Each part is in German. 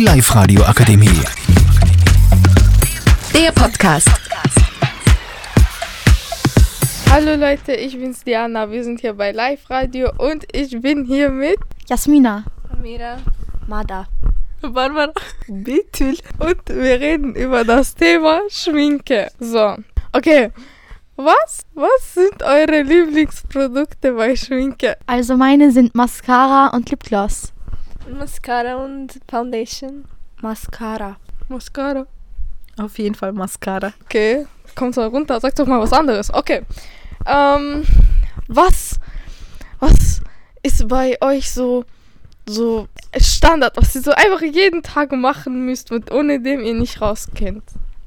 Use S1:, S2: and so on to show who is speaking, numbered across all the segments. S1: Live Radio Akademie.
S2: Der Podcast.
S3: Hallo Leute, ich bin's Diana. Wir sind hier bei Live Radio und ich bin hier mit
S4: Jasmina.
S5: Amira.
S4: Mada.
S5: Barbara.
S3: Betül und wir reden über das Thema Schminke. So, okay. Was? Was sind eure Lieblingsprodukte bei Schminke?
S4: Also meine sind Mascara und Lipgloss.
S5: Mascara und Foundation.
S4: Mascara.
S3: Mascara.
S6: Auf jeden Fall Mascara.
S3: Okay, kommt mal runter, sag doch mal was anderes. Okay. Ähm, was? Was ist bei euch so so Standard, was ihr so einfach jeden Tag machen müsst und ohne dem ihr nicht rauskennt?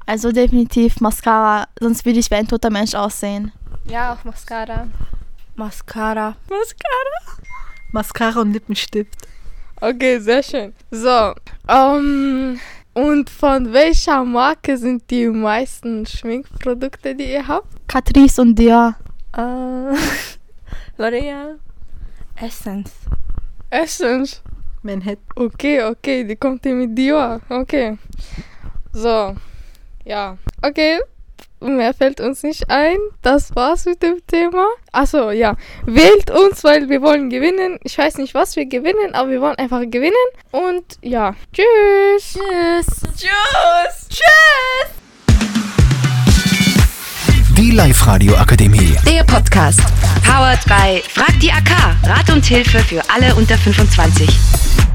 S4: Also definitiv Mascara, sonst würde ich wie ein toter Mensch aussehen.
S5: Ja, auch Mascara.
S4: Mascara.
S6: Mascara? Mascara und Lippenstift.
S3: Okay, sehr schön. So, ähm, und von welcher Marke sind die meisten Schminkprodukte, die ihr habt?
S4: Catrice und Dior.
S5: Äh, L'Oreal.
S4: Essence.
S3: Essence.
S6: Manhattan.
S3: Okay, okay, die kommt hier mit Dior. Okay. So, ja. Okay, mehr fällt uns nicht ein. Das war's mit dem Thema. Achso, ja. Wählt uns, weil wir wollen gewinnen. Ich weiß nicht, was wir gewinnen, aber wir wollen einfach gewinnen. Und ja, tschüss.
S4: Tschüss.
S5: Tschüss. Tschüss.
S1: Die Live Radio Akademie.
S2: Der Podcast.
S7: Powered by Frag die AK. Rat und Hilfe für alle unter 25.